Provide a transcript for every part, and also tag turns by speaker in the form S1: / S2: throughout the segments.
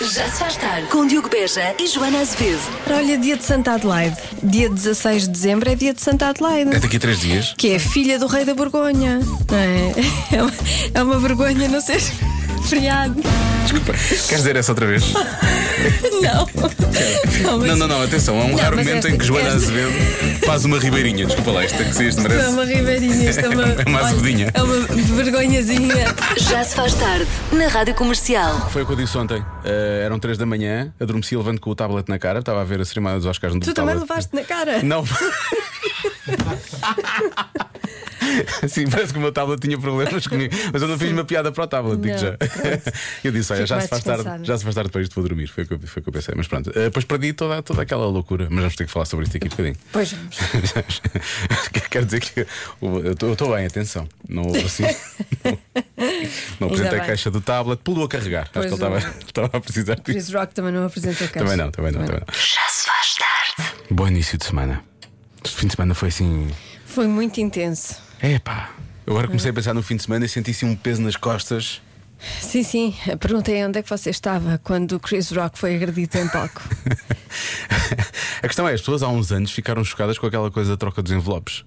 S1: Já se faz tarde com Diogo Beja e Joana Azevedo.
S2: Olha, dia de Santa Adelaide. Dia 16 de dezembro é dia de Santa
S3: É
S2: Adelaide.
S3: daqui a três dias.
S2: Que é filha do rei da Borgonha. não É, é, uma, é uma vergonha não ser feriado.
S3: Desculpa. Queres dizer essa outra vez?
S2: Não. Não, mas
S3: Não, não, não, atenção. Há um raro
S2: mas
S3: momento
S2: esta-
S3: em que Joana
S2: esta-
S3: Azevedo faz uma ribeirinha. Desculpa lá, isto é que se isto
S2: isto é
S3: merece.
S2: uma ribeirinha, isto é uma.
S3: É uma
S2: olha,
S3: azedinha.
S2: É uma vergonhazinha.
S1: Já se faz tarde na Rádio Comercial.
S3: Foi o que eu disse ontem. Eh, eram três da manhã, adormeci levando com o tablet na cara. Estava a ver a cerimónia dos Oscars no
S2: Tu também
S3: tablet.
S2: levaste na cara.
S3: Não. Sim, parece que o meu tablet tinha problemas comigo. Mas eu não fiz uma piada para o tablet, digo
S2: Não,
S3: já. Eu disse, olha,
S2: Fico
S3: já
S2: mais
S3: se, faz tarde,
S2: descansada.
S3: já se faz tarde para isto, vou dormir. Foi o que eu, foi o que eu pensei. Mas pronto, Eh, depois perdi toda, toda aquela loucura. Mas vamos ter que falar sobre isto aqui um bocadinho.
S2: Pois vamos.
S3: Quero dizer que eu estou bem, atenção. Não houve assim. Não, não apresentei a
S2: bem.
S3: caixa do tablet, pulou a carregar.
S2: Pois é.
S3: Acho que
S2: o-
S3: ele estava- estava a precisar disso.
S2: Chris Rock também não apresentou caixa.
S3: Também não, também não, também não.
S1: Já se faz tarde.
S3: Bom início de semana. Este fim de semana foi assim.
S2: Foi muito intenso.
S3: Epá. Eu agora comecei a pensar no fim de semana e senti assim um peso nas costas.
S2: Sim, sim. A pergunta é onde é que você estava quando o Chris Rock foi agredido em palco?
S3: a questão é, as pessoas há uns anos ficaram chocadas com aquela coisa da troca dos envelopes.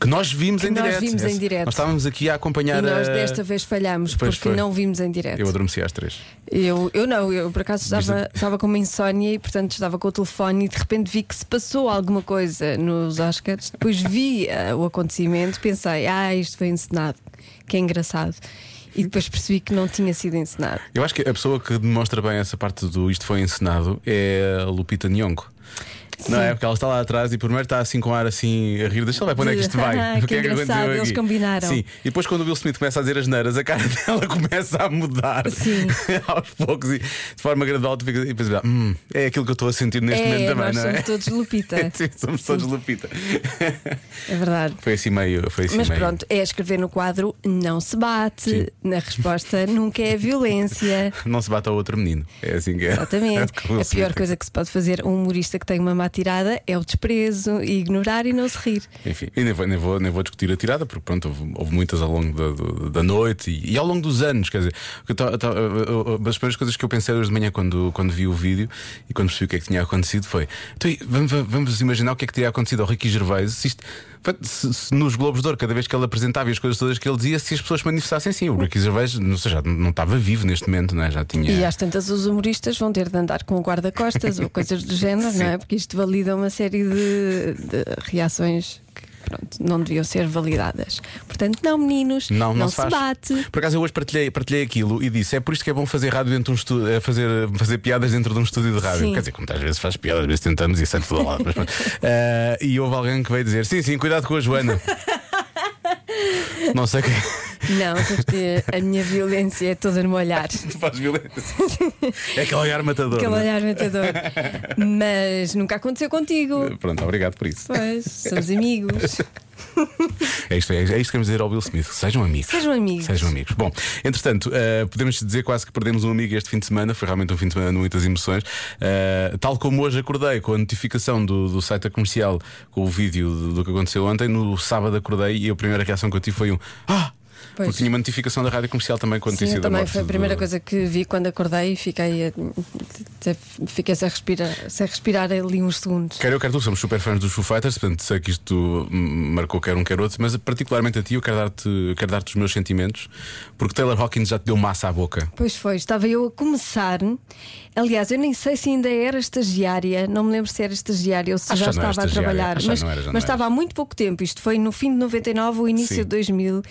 S3: Que nós vimos
S2: Que
S3: em
S2: nós
S3: direto.
S2: vimos em direto.
S3: Nós estávamos aqui a acompanhar
S2: E nós
S3: a-
S2: desta vez falhámos
S3: Pois
S2: porque
S3: foi.
S2: não vimos em direto.
S3: Eu adormeci às três.
S2: Eu, eu não, eu por acaso estava,
S3: Viste-
S2: estava com uma insónia e portanto estava com o telefone e de repente vi que se passou alguma coisa nos Oscars. Depois vi ah, o acontecimento, pensei, ah, isto foi encenado, que é engraçado. E depois percebi que não tinha sido encenado.
S3: Eu acho que a pessoa que demonstra bem essa parte do isto foi encenado é a Lupita Nyong'o. Não é? Porque ela está lá atrás e primeiro está assim com ar assim a rir, deixa lá ver para onde é que isto vai.
S2: Ah,
S3: O
S2: que engraçado, eles combinaram.
S3: Sim, e depois quando o Will Smith começa a dizer as neiras, a cara dela começa a mudar
S2: Sim.
S3: aos poucos e de forma gradual tu fica, e pensas, hum, é aquilo que eu estou a sentir neste
S2: É,
S3: momento também,
S2: nós
S3: não é?
S2: somos todos Lupita.
S3: Sim, somos todos Lupita.
S2: É verdade.
S3: Foi assim meio. Foi assim
S2: Mas
S3: meio.
S2: pronto, é escrever no quadro não se bate,
S3: Sim.
S2: na resposta nunca é violência.
S3: Não se bate ao outro menino. É assim que é.
S2: Exatamente.
S3: É o que o Will
S2: A pior
S3: Smith-
S2: coisa que se pode fazer a um humorista que tem uma má tirada é o desprezo e ignorar e não se rir.
S3: Enfim, e nem vou, nem, vou, nem vou discutir a tirada, porque pronto, houve, houve muitas ao longo da, do- da noite e, e ao longo dos anos. Quer dizer, que eu ta- ta- eh, eh, as primeiras coisas que eu pensei hoje de manhã quando, quando vi o vídeo e quando percebi o que é que tinha acontecido foi: "Então, e vamos, vamos imaginar o que é que teria acontecido ao Ricky Gervais se, isto- se- se nos Globos de Ouro, cada vez que ele apresentava e as coisas todas que ele dizia, se as pessoas se manifestassem sim. O Ricky Gervais, não sei, já não estava vivo neste momento, não é? já tinha.
S2: E às tantas os humoristas vão ter de andar com o guarda-costas ou coisas do género, não é? Porque isto valida uma série de, de reações que pronto, não deviam ser validadas. Portanto, não, meninos,
S3: Não, não,
S2: se,
S3: faz.
S2: bate.
S3: Por acaso eu hoje partilhei, partilhei aquilo e disse: é por isto que é bom fazer rádio dentro de um estúdio, eh, fazer, fazer piadas dentro de um estúdio de rádio.
S2: Sim.
S3: Quer dizer, como às vezes faz piadas, às vezes tentamos e sai tudo ao lado. mas pronto. Ah, e houve alguém que veio dizer: sim, sim, cuidado com a Joana. Não sei quem
S2: Não, porque a minha violência é toda no olhar.
S3: tu faz violência. É aquele olhar matador.
S2: Aquele
S3: não é?
S2: olhar matador. Mas nunca aconteceu contigo.
S3: Pronto, obrigado por isso.
S2: Pois, somos amigos.
S3: É isto, é isto que queremos dizer ao Will Smith: sejam amigos.
S2: Sejam amigos.
S3: Sejam amigos. Bom, entretanto, eh, podemos dizer quase que perdemos um amigo este fim de semana. Foi realmente um fim de semana de muitas emoções. Eh, tal como hoje acordei com a notificação do, do site da comercial com o vídeo do, do que aconteceu ontem, no sábado acordei e a primeira reação que eu tive foi um Ah!
S2: Pois.
S3: Porque tinha uma notificação da rádio comercial também com a
S2: Sim,
S3: notícia
S2: eu
S3: da
S2: também
S3: morte
S2: foi a primeira
S3: do-
S2: coisa que vi quando acordei e fiquei, a- te- te- fiquei sem, respirar, sem respirar ali uns segundos.
S3: Quer eu, quer tu, somos super fãs dos Foo Fighters, portanto sei que isto hum, marcou quer um, quer outro, mas particularmente a ti eu quero dar-te quero dar os meus sentimentos, porque Taylor Hawkins já te deu massa à boca.
S2: Pois foi, estava eu a começar. Aliás, eu nem sei se ainda era estagiária, não me lembro se era estagiária ou se
S3: Acho
S2: já
S3: que já não era
S2: estava a
S3: estagiária,
S2: trabalhar,
S3: acho que já
S2: mas,
S3: não era, já não
S2: mas
S3: era.
S2: estava há muito pouco tempo. Isto foi no fim de 99, o início
S3: Sim.
S2: de 2000,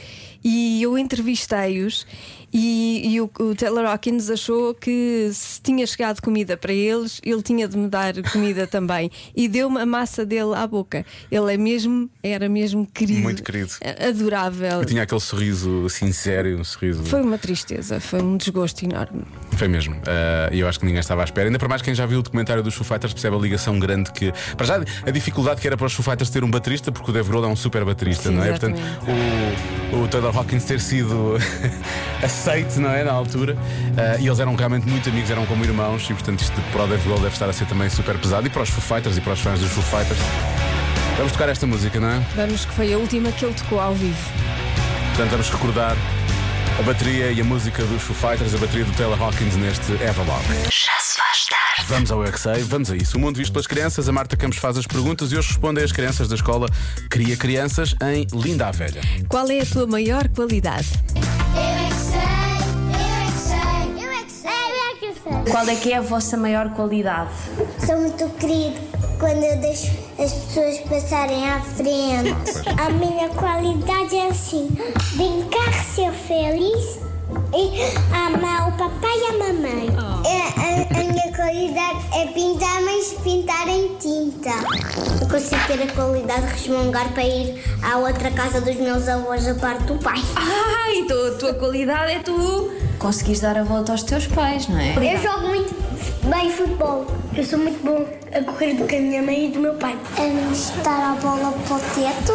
S2: e eu entrevistei-os. E, e o, o Taylor Hawkins achou que se tinha chegado comida para eles, ele tinha de me dar comida também. E deu-me a massa dele à boca. Ele é mesmo, era mesmo querido.
S3: Muito querido.
S2: a- Adorável.
S3: Eu tinha aquele sorriso sincero, um sorriso.
S2: Foi uma tristeza, foi um desgosto enorme.
S3: Foi mesmo. Ah, E eu acho que ninguém estava à espera. Ainda para mais quem já viu o documentário dos Foo Fighters percebe a ligação grande que. Para já, a dificuldade que era para os Foo Fighters ter um baterista, porque o Dave Grohl é um super baterista,
S2: Sim,
S3: não é?
S2: exatamente.
S3: o, o Taylor Hawkins ter sido aceito, não é? Na altura. Ah, e eles eram realmente muito amigos, eram como irmãos, e portanto isto para o Dave Grohl deve estar a ser também super pesado. E para os Foo Fighters e para os fãs dos Foo Fighters. Vamos tocar esta música, não é?
S2: Vamos que foi a última que ele tocou ao vivo.
S3: Portanto, vamos recordar A bateria e a música dos Foo Fighters, a bateria do Taylor Hawkins neste Everlock.
S1: Já se faz tarde.
S3: Vamos ao UXA, vamos a isso. O mundo visto pelas crianças, a Marta Campos faz as perguntas e hoje responde às crianças da escola Cria Crianças em Linda a Velha.
S2: Qual é a tua maior qualidade?
S4: Qual é que é a vossa maior qualidade?
S5: Sou muito querido quando eu deixo as pessoas passarem à frente. A minha qualidade é assim: brincar, ser feliz e amar o papai e a mamãe. É, a, a minha qualidade é pintar, mas pintar em tinta. Eu consigo ter a qualidade de resmungar para ir à outra casa dos meus avós da parte do pai.
S4: Ai, então a tua qualidade é tu conseguires dar a volta aos teus pais, não é?
S5: Eu jogo muito bem futebol. Eu sou muito bom a correr do que a minha mãe e do meu pai. É estar a bola para o teto.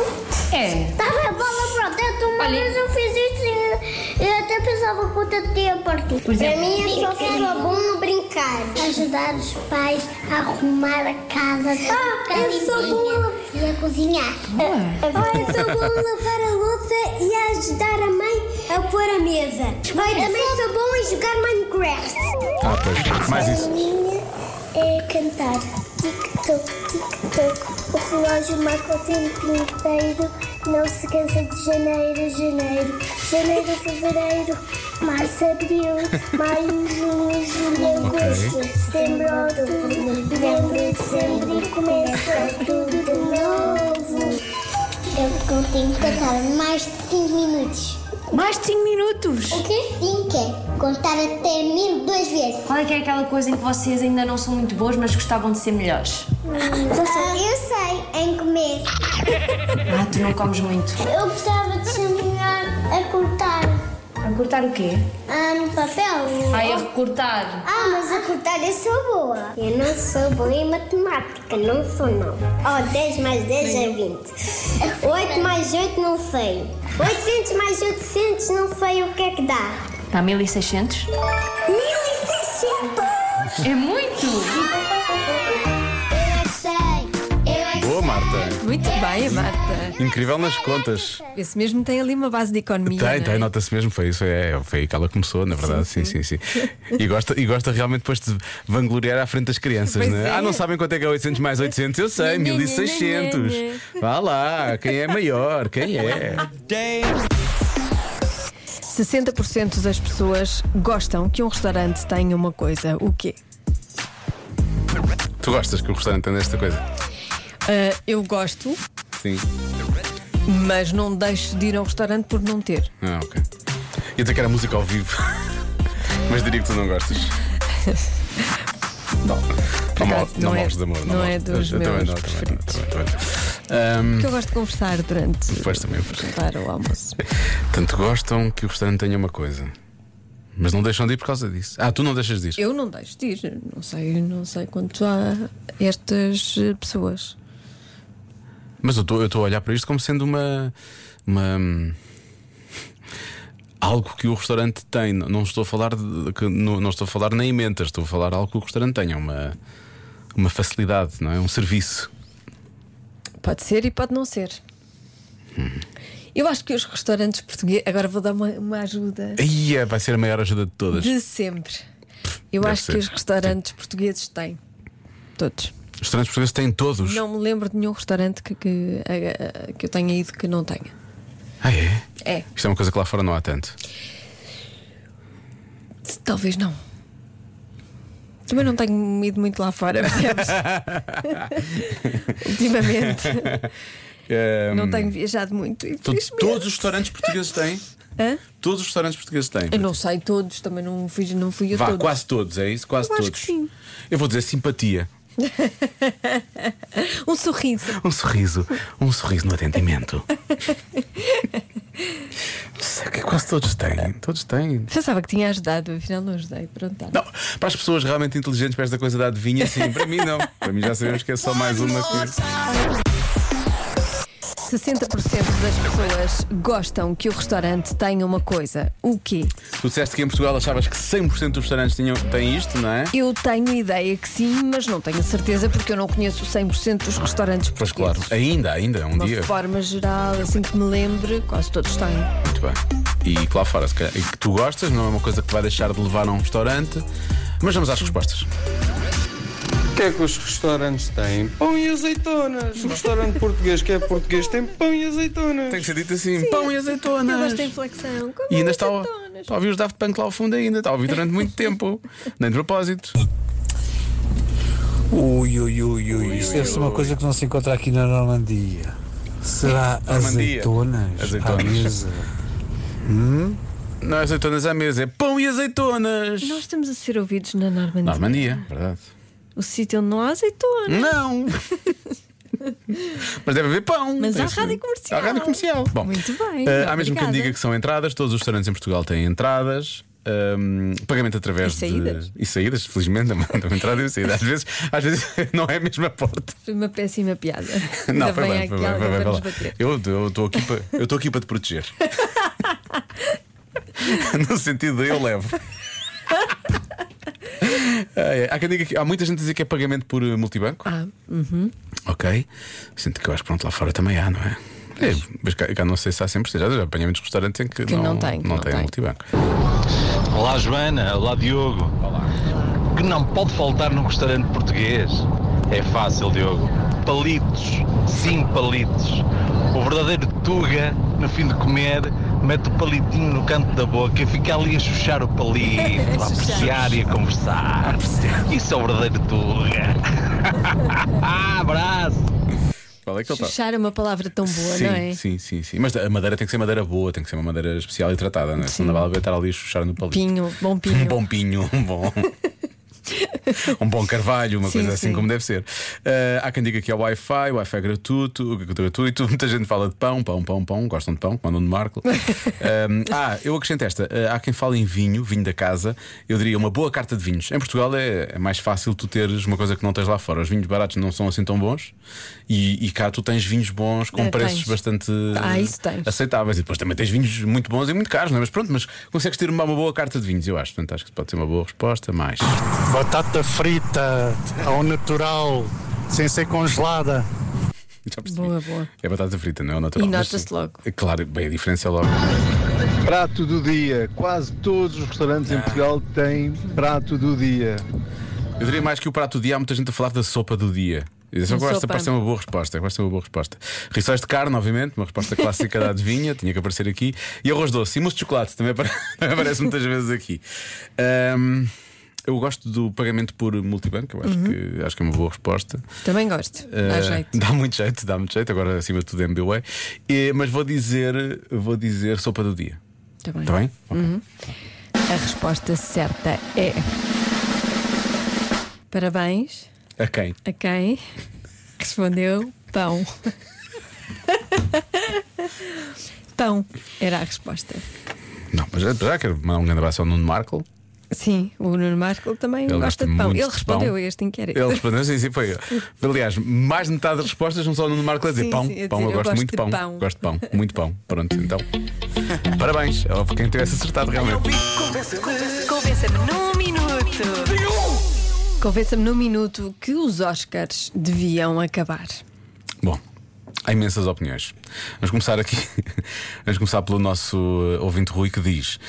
S4: É.
S5: Estava a bola para o teto, uma
S4: Olha.
S5: vez eu fiz isso e eu até pensava que o teto ia partir. Para mim, eu só sou bom no brincar. Ajudar os pais a arrumar a casa. Ah, eu sou boa. E a cozinhar. Ah, eu sou boa a lavar a louça e a ajudar a mãe a pôr a mesa. Eu também sou bom em jogar Minecraft.
S3: Ah, pois. Mais isso.
S5: A minha é cantar. Tic-toc, tic-toc. O relógio marca o tempo inteiro. Não se cansa de janeiro, janeiro. Janeiro, fevereiro. Março, abril. Maio, junho, julho, agosto. Setembro, outubro. Novembro, dezembro. E começa tudo de novo. Eu consigo cantar mais de 5 minutos.
S4: Mais de 5 minutos!
S5: O que 5 é? Contar até mil duas vezes.
S4: Qual é que é aquela coisa em que vocês ainda não são muito boas, mas gostavam de ser melhores?
S5: Ah, eu sei em comer.
S4: Ah, tu não comes muito.
S5: Eu gostava de ser melhor a cortar
S4: A cortar o quê?
S5: ah, no papel.
S4: Ai, a recortar.
S5: Ah, mas a cortar eu sou boa. Eu não sou boa em matemática, não sou não. Oh, 10 mais 10 é 20. 8 mais 8 não sei. 800 mais 800 não sei o que é que dá.
S4: Dá 1600?
S5: 1600!
S4: É muito!
S5: Eu é que sei, eu é que
S3: Boa, Marta.
S2: Muito bem, Marta.
S3: Incrível nas contas.
S2: Esse mesmo tem ali uma base de economia.
S3: Tem,
S2: não
S3: tem,
S2: é?
S3: nota-se mesmo, foi isso, é, foi aí que ela começou, na verdade, sim, sim, sim. E, gosta, e gosta realmente depois de vangloriar à frente das crianças,
S2: Pois
S3: né?
S2: é.
S3: Ah, não sabem quanto é que é 800 mais 800? Eu sei, 1600. Vá lá, quem é maior? Quem é?
S2: 60% das pessoas gostam que um restaurante tenha uma coisa. O quê?
S3: Tu gostas que o restaurante tenha esta coisa?
S2: Ah, eu gosto,
S3: Sim.
S2: mas não deixo de ir a um restaurante por não ter.
S3: Ah, ok. Ia dizer que era música ao vivo, mas diria que tu não gostas. Não, não, mal-
S2: acaso,
S3: não,
S2: não é-
S3: males de amor,
S2: não
S3: males-
S2: é dos
S3: Eu também
S2: meus
S3: não, também não,
S2: preferidos.
S3: também não. Ahm,
S2: Que eu gosto de conversar durante
S3: Pois, também,
S2: o
S3: pois.
S2: jantar ou almoço.
S3: Tanto gostam que o restaurante tenha uma coisa. Mas não deixam de ir por causa disso. Ah, tu não deixas de ir.
S2: Eu não deixo de ir. Não sei, não sei quanto há estas eh, pessoas.
S3: Mas eu estou a olhar para isto como sendo uma. uma hum, algo que o restaurante tem. Não não estou a falar de- que- não, não estou a falar nem mentas, estou a falar algo que o restaurante tem. É uma, uma facilidade, não é? Um serviço.
S2: Pode ser e pode não ser. Eu acho que os restaurantes portugueses. Agora vou dar uma, uma ajuda
S3: Aí é, vai ser a maior ajuda de todas.
S2: de sempre. Eu
S3: Deve
S2: acho
S3: ser.
S2: que os restaurantes portugueses têm. Todos.
S3: Os restaurantes portugueses têm todos.
S2: Não me lembro de nenhum restaurante que, que, a- a- que eu tenha ido que não tenha.
S3: Ah, é?
S2: É.
S3: Isto é uma coisa que lá fora não há tanto.
S2: Talvez não. Também não tenho ido muito lá fora, percebes? Ultimamente.
S3: Hum,
S2: Não tenho viajado muito,
S3: to-
S2: infelizmente.
S3: todos os restaurantes portugueses têm.
S2: Hã?
S3: Todos os restaurantes portugueses têm.
S2: Eu não sei todos, também não fui, não fui eu
S3: Vá,
S2: todos.
S3: quase todos, é isso? Quase
S2: Eu acho
S3: todos.
S2: que sim.
S3: Eu vou dizer simpatia.
S2: Um sorriso.
S3: Um sorriso. Um sorriso no atendimento. Sei que quase todos têm. Todos têm.
S2: Pensava que tinha ajudado, afinal não ajudei. Pronto. tá.
S3: Não, para as pessoas realmente inteligentes, para esta coisa da adivinha, sim. Para mim, não. Para mim, já sabemos que é só mais uma coisa.
S2: 60% das pessoas gostam que o restaurante tenha uma coisa. O quê?
S3: Tu disseste que em Portugal achavas que 100% dos restaurantes tinham, têm isto, não é?
S2: Eu tenho ideia que sim, mas não tenho a certeza porque eu não conheço 100% dos restaurantes
S3: Pois
S2: portugueses.
S3: claro, ainda, ainda, um
S2: De uma
S3: dia.
S2: forma geral, assim que me lembre, quase todos têm.
S3: Muito bem. E que lá fora, se calhar, e que tu gostas, não é uma coisa que vai deixar de levar a um restaurante. Mas vamos às respostas.
S6: O que é que os restaurantes têm? Pão e azeitonas. O restaurante português que é português tem pão e azeitonas.
S3: Tem que ser dito assim: pão e
S2: Eu
S3: azeitonas.
S2: gosto da inflexão. Como
S3: E ainda
S2: é
S3: está a,
S2: azeitonas?
S3: está a ouvir os Daft Punk lá ao fundo ainda, está a ouvir durante muito tempo. Nem de propósito.
S7: Ui, ui, ui, ui. Isto deve ser uma coisa que não se encontra aqui na Normandia. Será
S3: Normandia.
S7: azeitonas?
S3: Azeitonas.
S7: À mesa.
S3: Não é azeitonas à mesa, é pão e azeitonas.
S2: Nós estamos a ser ouvidos na Normandia.
S3: Normandia, verdade.
S2: O sítio onde não há azeitonas.
S3: Não! Mas deve haver pão.
S2: Mas há
S3: Esse-
S2: rádio comercial.
S3: Há rádio comercial. Bom,
S2: Muito bem,
S3: eh, há mesmo quem
S2: obrigada.
S3: diga que são entradas, todos os restaurantes em Portugal têm entradas. ehm, pagamento através
S2: E saídas.
S3: de. E saídas, felizmente, também também entrada e saída. Às vezes, às vezes não é a mesma porta.
S2: Foi uma péssima piada.
S3: Não,
S2: Ainda
S3: foi
S2: bem
S3: bem,
S2: aqui
S3: foi bem,
S2: alguém
S3: foi bem.
S2: para nos
S3: foi bem.
S2: bater.
S3: Eu eu estou aqui, pa- eu estou aqui para te proteger. no sentido de eu levo. Ai, ai. Há, quem diga que- há muita gente a dizer que é pagamento por eh, multibanco.
S2: Ah,
S3: Ok. Sinto que eu acho que pronto, lá fora também há, não é? É, mas cá, cá não sei se há sempre já apanhei muitos restaurantes em que,
S2: Que não tem, que
S3: não
S2: não
S3: tem
S2: tem.
S3: multibanco.
S8: Olá Joana, olá Diogo. Olá. Que não pode faltar num restaurante português. É fácil, Diogo. Palitos, sim palitos. O verdadeiro Tuga, no fim de comer, mete o palitinho no canto da boca e fica ali a chuchar o palito, a apreciar e a conversar. Isso é o verdadeiro Tuga. Abraço!
S3: Qual é que ele está?
S2: chuchar é uma palavra tão boa,
S3: sim,
S2: não é?
S3: sim, sim, sim. Mas a madeira tem que ser madeira boa, tem que ser uma madeira especial e tratada, não é? Senão não vale a pena estar ali a chuchar no palito.
S2: Pinho, bom pinho.
S3: Um bom pinho, um bom. Um bom carvalho, uma
S2: Sim,
S3: coisa assim
S2: sim.
S3: como deve ser. Eh, há quem diga que é Wi-Fi, Wi-Fi é gratuito, gratuito, muita gente fala de pão, pão, pão, pão, gostam de pão, mandam de Marco. Ehm, ah, eu acrescento esta: eh, há quem fale em vinho, vinho da casa, eu diria uma boa carta de vinhos. Em Portugal é, é mais fácil tu teres uma coisa que não tens lá fora. Os vinhos baratos não são assim tão bons e, e cá tu tens vinhos bons com
S2: Eh,
S3: preços
S2: tens.
S3: bastante
S2: Ah, isso tens.
S3: aceitáveis. E depois também tens vinhos muito bons e muito caros, não é? Mas pronto, mas consegues ter uma, uma boa carta de vinhos, eu acho. Portanto, acho que pode ser uma boa resposta. Mais.
S7: Batata frita ao natural, sem ser congelada.
S3: Já percebi.
S2: Boa, boa.
S3: É batata frita, não é o natural.
S2: E
S3: Mas,
S2: nota-se logo.
S3: é Claro, bem, a diferença é logo.
S9: Prato do dia. Quase todos os restaurantes em Portugal têm prato do dia.
S3: Eu diria mais que o prato do dia, há muita gente a falar da sopa do dia. Isso eu
S2: Uma
S3: gosto,
S2: sopa.
S3: parece uma boa resposta. Parece uma boa resposta. Rissóis de carne, obviamente, uma resposta clássica da adivinha, tinha que aparecer aqui. E arroz doce e mousse de chocolate, também apare- aparece muitas vezes aqui. Ahm, eu gosto do pagamento por multibanco, eu acho, que, acho que é uma boa resposta.
S2: Também gosto. Uhum. Dá
S3: Eh,
S2: jeito.
S3: Dá muito jeito, dá muito jeito. Agora acima de tudo é MBWay. Eh, mas vou dizer, vou dizer sopa do dia.
S2: Tá bem.
S3: Está bem?
S2: A resposta certa é. Parabéns
S3: A quem?
S2: a quem respondeu pão. pão era a resposta.
S3: Não, mas já- já quero mandar um grande abraço ao Nuno Marco.
S2: Sim, o Nuno Marco também
S3: Ele gosta
S2: gosta de pão.
S3: muito
S2: Ele
S3: de
S2: respondeu
S3: pão.
S2: a este inquérito.
S3: Ele respondeu, sim, sim, foi. Aliás, mais de metade das respostas são só o Nuno Marco a dizer
S2: Sim,
S3: pão.
S2: sim, a
S3: pão, eu,
S2: dizer,
S3: gosto, muito de pão.
S2: pão.
S3: Gosto de pão, muito pão. Pronto, então. Parabéns, houve quem tivesse acertado realmente.
S1: Convença-me num minuto.
S2: Convença-me num minuto que os Oscars deviam acabar.
S3: Bom, há imensas opiniões. Vamos começar aqui. Vamos começar pelo nosso eh, ouvinte Rui que diz: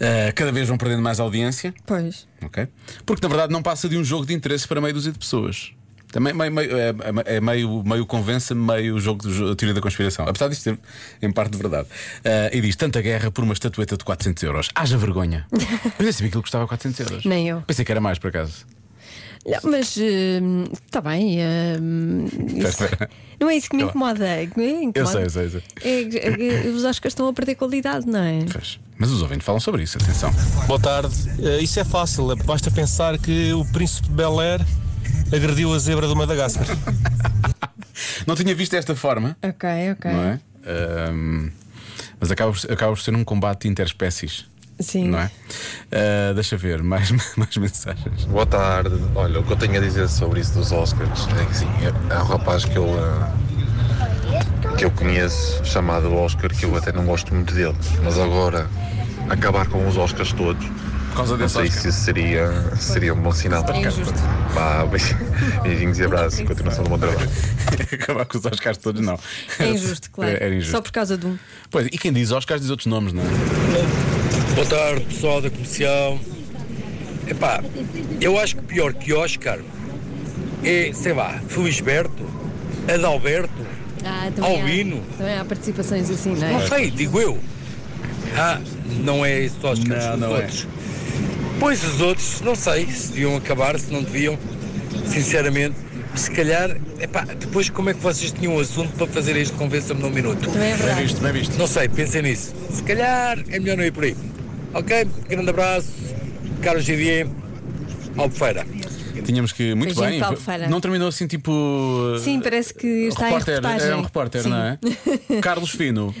S3: "Ah, cada vez vão perdendo mais audiência.
S2: Pois.
S3: Ok? Porque na verdade não passa de um jogo de interesse para meio dúzia de pessoas. Também meio- meio- é, é meio, meio convença, meio jogo de jo- teoria da conspiração. Apesar disto ser em parte de verdade. Ah, e diz: tanta guerra por uma estatueta de 400 euros. Haja vergonha. Eu nem sabia que ele custava 400 euros.
S2: Nem eu.
S3: Pensei que era mais, por acaso.
S2: Não, mas está bem. hum, isso- não é isso que me
S3: Tá bem.
S2: incomoda. é que me incomoda.
S3: Eu sei, eu sei, eu sei.
S2: É, é, que os Oscars estão a perder qualidade, não é?
S3: Pois. Mas os ouvintes falam sobre isso, atenção.
S10: Boa tarde. Eh, Isso é fácil, basta pensar que o príncipe de Bel Air agrediu a zebra do Madagascar.
S3: Não tinha visto desta forma,
S2: Ok, ok.
S3: não é? Ahm, mas acaba, por ser- acaba por ser um combate interespécies.
S2: Sim.
S3: Não é? Ah, deixa ver, mais, mais mensagens.
S11: Boa tarde. Olha, o que eu tenho a dizer sobre isso dos Oscars é que sim, é, é um rapaz que eu, ah, que eu conheço, chamado Oscar, que eu até não gosto muito dele. Mas agora, acabar com os Oscars todos. Por
S3: causa
S11: não sei se isso seria, seria um bom sinal.
S2: é
S3: Seria injusto.
S11: Vá, beijinhos e abraços e continuação do bom trabalho.
S3: Acabar com os Oscars todos, não.
S2: É injusto, claro.
S3: Era, era injusto.
S2: Só por causa de um.
S3: Pois, e quem diz Oscars diz outros nomes, não é?
S12: Boa tarde, pessoal da comercial. Epá, eu acho que pior que Oscar é, sei lá, Felisberto, Adalberto,
S2: Ah, também
S12: Albino.
S2: Há, também há participações assim, não é?
S12: Não sei, digo eu. Ah, não é isso aos não, não outros. Pois os outros, não sei se deviam acabar, se não deviam, sinceramente. Se calhar, epá, depois como é que vocês tinham o assunto para fazer este convença-me num minuto?
S2: Também é verdade. Bem
S3: visto, bem visto.
S12: Não sei, pensem nisso. Se calhar é melhor não ir por aí. Ok, grande abraço, Carlos Givier, Albufeira.
S3: Tínhamos que. Muito
S2: Beijinho
S3: bem.
S2: para a Albufeira.
S3: Não terminou assim tipo.
S2: Sim, parece que está em
S3: repórter,
S2: reportagem.
S3: é um repórter,
S2: Sim.
S3: não é? Carlos Fino.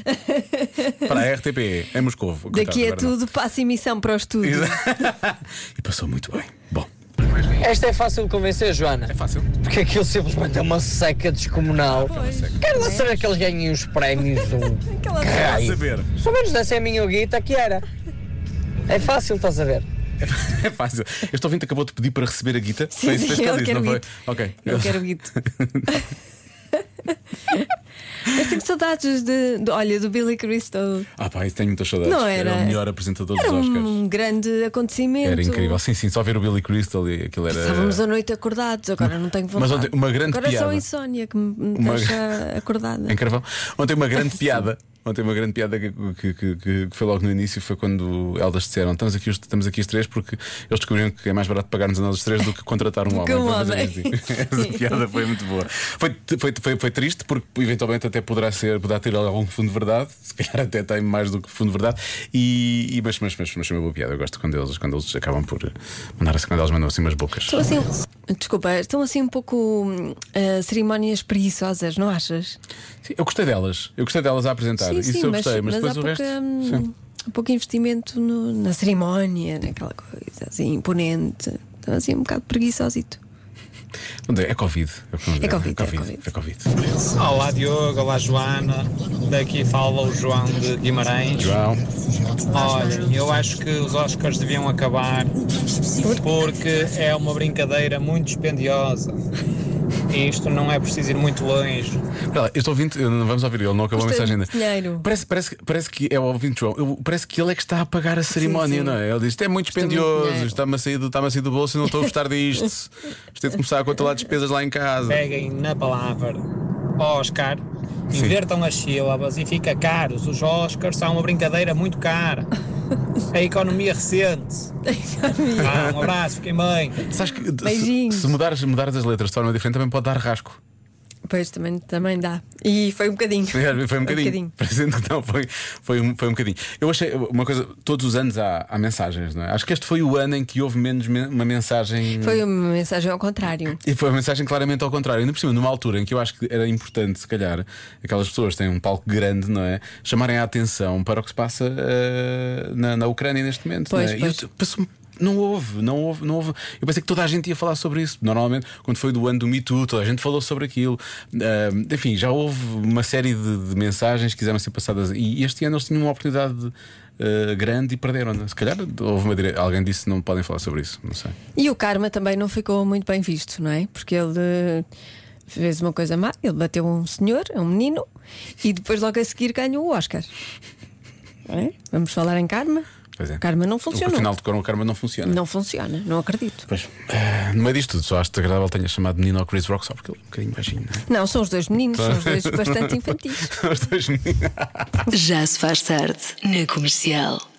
S3: Para a RTP, em Moscou. Coitado,
S2: Daqui é
S3: agora não.
S2: tudo, passa emissão para o estúdio.
S3: E passou muito bem. Bom.
S13: Esta é fácil de convencer, Joana. É
S3: fácil.
S13: Porque aquilo simplesmente é uma seca descomunal. Quero lá saber que eles ganhem os prémios. ou-
S3: Quer lá
S13: Caralho.
S3: É saber.
S13: Pelo menos dessa é a minha guita, que era. É fácil, estás a ver?
S3: É fácil. Este ouvinte acabou de pedir para receber a guita.
S13: Sim,
S3: foi isso foi isso que
S13: eu
S3: ele disse,
S13: quero
S3: não foi?
S13: guita.
S3: Ok.
S2: Eu quero guito. Eu tenho saudades de, de- olha, do Billy Crystal.
S3: Ah, pá, isso tenho muitas saudades.
S2: Não era.
S3: o melhor apresentador
S2: Era
S3: dos Oscars.
S2: um grande acontecimento.
S3: Era incrível. Sim, sim, só ver o Billy Crystal e aquilo era.
S2: Estávamos à noite acordados, agora não tenho vontade.
S3: Mas ontem, uma grande
S2: agora é só
S3: piada.
S2: a insónia que me me
S3: Uma-
S2: deixa acordada.
S3: Em carvão. Ontem uma grande piada. Ontem uma grande piada que, que, que- que- que foi logo no início foi quando elas disseram: estamos aqui, os- estamos aqui os três porque eles descobriram que é mais barato pagar-nos a nós os três do que contratar um
S2: Do
S3: homem.
S2: que um
S3: para fazer
S2: homem.
S3: isso." Essa piada foi muito boa. Foi, foi, foi, foi triste porque eventualmente até poderá ser, poderá ter algum fundo de verdade, se calhar até tem mais do que fundo de verdade. E, e- mas, mas, mas, mas foi uma boa piada. Eu gosto quando eles, quando eles acabam por mandar assim, quando elas mandam assim umas bocas.
S2: Estão assim, desculpa, estão assim um pouco hum, ah, cerimónias preguiçosas, não achas?
S3: Sim, eu gostei delas, eu gostei delas a apresentar.
S2: sim,
S3: Isso
S2: sim,
S3: eu
S2: mas,
S3: gostei, mas,
S2: mas
S3: depois
S2: há
S3: o
S2: pouca,
S3: resto.
S2: hum,
S3: Sim.
S2: pouco investimento no- na cerimónia, naquela coisa assim imponente. Estão assim um bocado preguiçosito.
S3: Não sei, É Covid. É o que nos
S2: É
S3: deu.
S2: Covid, é
S3: É Covid.
S14: Olá Diogo, olá Joana, daqui fala o João de Guimarães.
S3: João.
S14: Olha, eu acho que os Oscars deviam acabar porque é uma brincadeira muito dispendiosa. E isto não é preciso ir muito longe.
S3: Espera lá, este ouvinte, eh, não vamos ouvir ele, não acabou a mensagem ainda.
S2: é Dinheiro.
S3: Parece, parece, que- parece que é o ouvinte João, Eu- parece que ele é que está a pagar a cerimónia,
S2: sim.
S3: não é? Ele diz: Isto é muito
S2: Custa muito
S3: dispendioso,
S2: dinheiro."
S3: está-me a, sair do- está-me a sair do bolso e não estou a gostar disto. Isto tem de começar a controlar despesas lá em casa.
S14: Peguem na palavra Oscar, invertam as sílabas e fica caros. Os Oscars são uma brincadeira muito cara. A economia recente. Ah, um abraço, fiquem bem.
S3: Sabes que se,
S2: Beijinhos.
S3: se mudares, mudares as letras de forma diferente também pode dar rasco.
S2: Pois também, também dá. E foi um bocadinho.
S3: É, Foi um bocadinho. Parecendo que não, foi, foi, um, foi um bocadinho. Eu achei uma coisa, todos os anos há, há mensagens, não é? Acho que este foi o ano em que houve menos men- uma mensagem.
S2: Foi uma mensagem ao contrário.
S3: E foi uma mensagem claramente ao contrário. Ainda por cima, numa altura em que eu acho que era importante, se calhar, aquelas pessoas que têm um palco grande, não é? Chamarem a atenção para o que se passa eh, na, na Ucrânia neste momento.
S2: Pois,
S3: não é? E
S2: pois.
S3: eu- passou-me- não houve, não houve, não houve. Eu pensei que toda a gente ia falar sobre isso. Normalmente, quando foi do ano do Me Too, toda a gente falou sobre aquilo. Ah, enfim, já houve uma série de, de mensagens que quiseram ser passadas. E este ano eles tinham uma oportunidade ah, grande e perderam. Se calhar houve uma dire... alguém disse não podem falar sobre isso. Não sei.
S2: E o Karma também não ficou muito bem visto, não é? Porque ele eh, fez uma coisa má, ele bateu um senhor, um menino, e depois logo a seguir ganhou o Oscar. Não é? Vamos falar em Karma?
S3: Pois é.
S2: Karma não
S3: O
S2: funcionou.
S3: final de cor, o karma não funciona.
S2: Não funciona, não acredito.
S3: Pois, eh, no meio disto tudo, só acho desagradável tenha chamado menino ao Chris Rock só porque ele é um bocadinho baixinho.
S2: Não, são os dois meninos, são os dois bastante infantis.
S3: Os dois meninos.
S1: Já se faz tarde na comercial.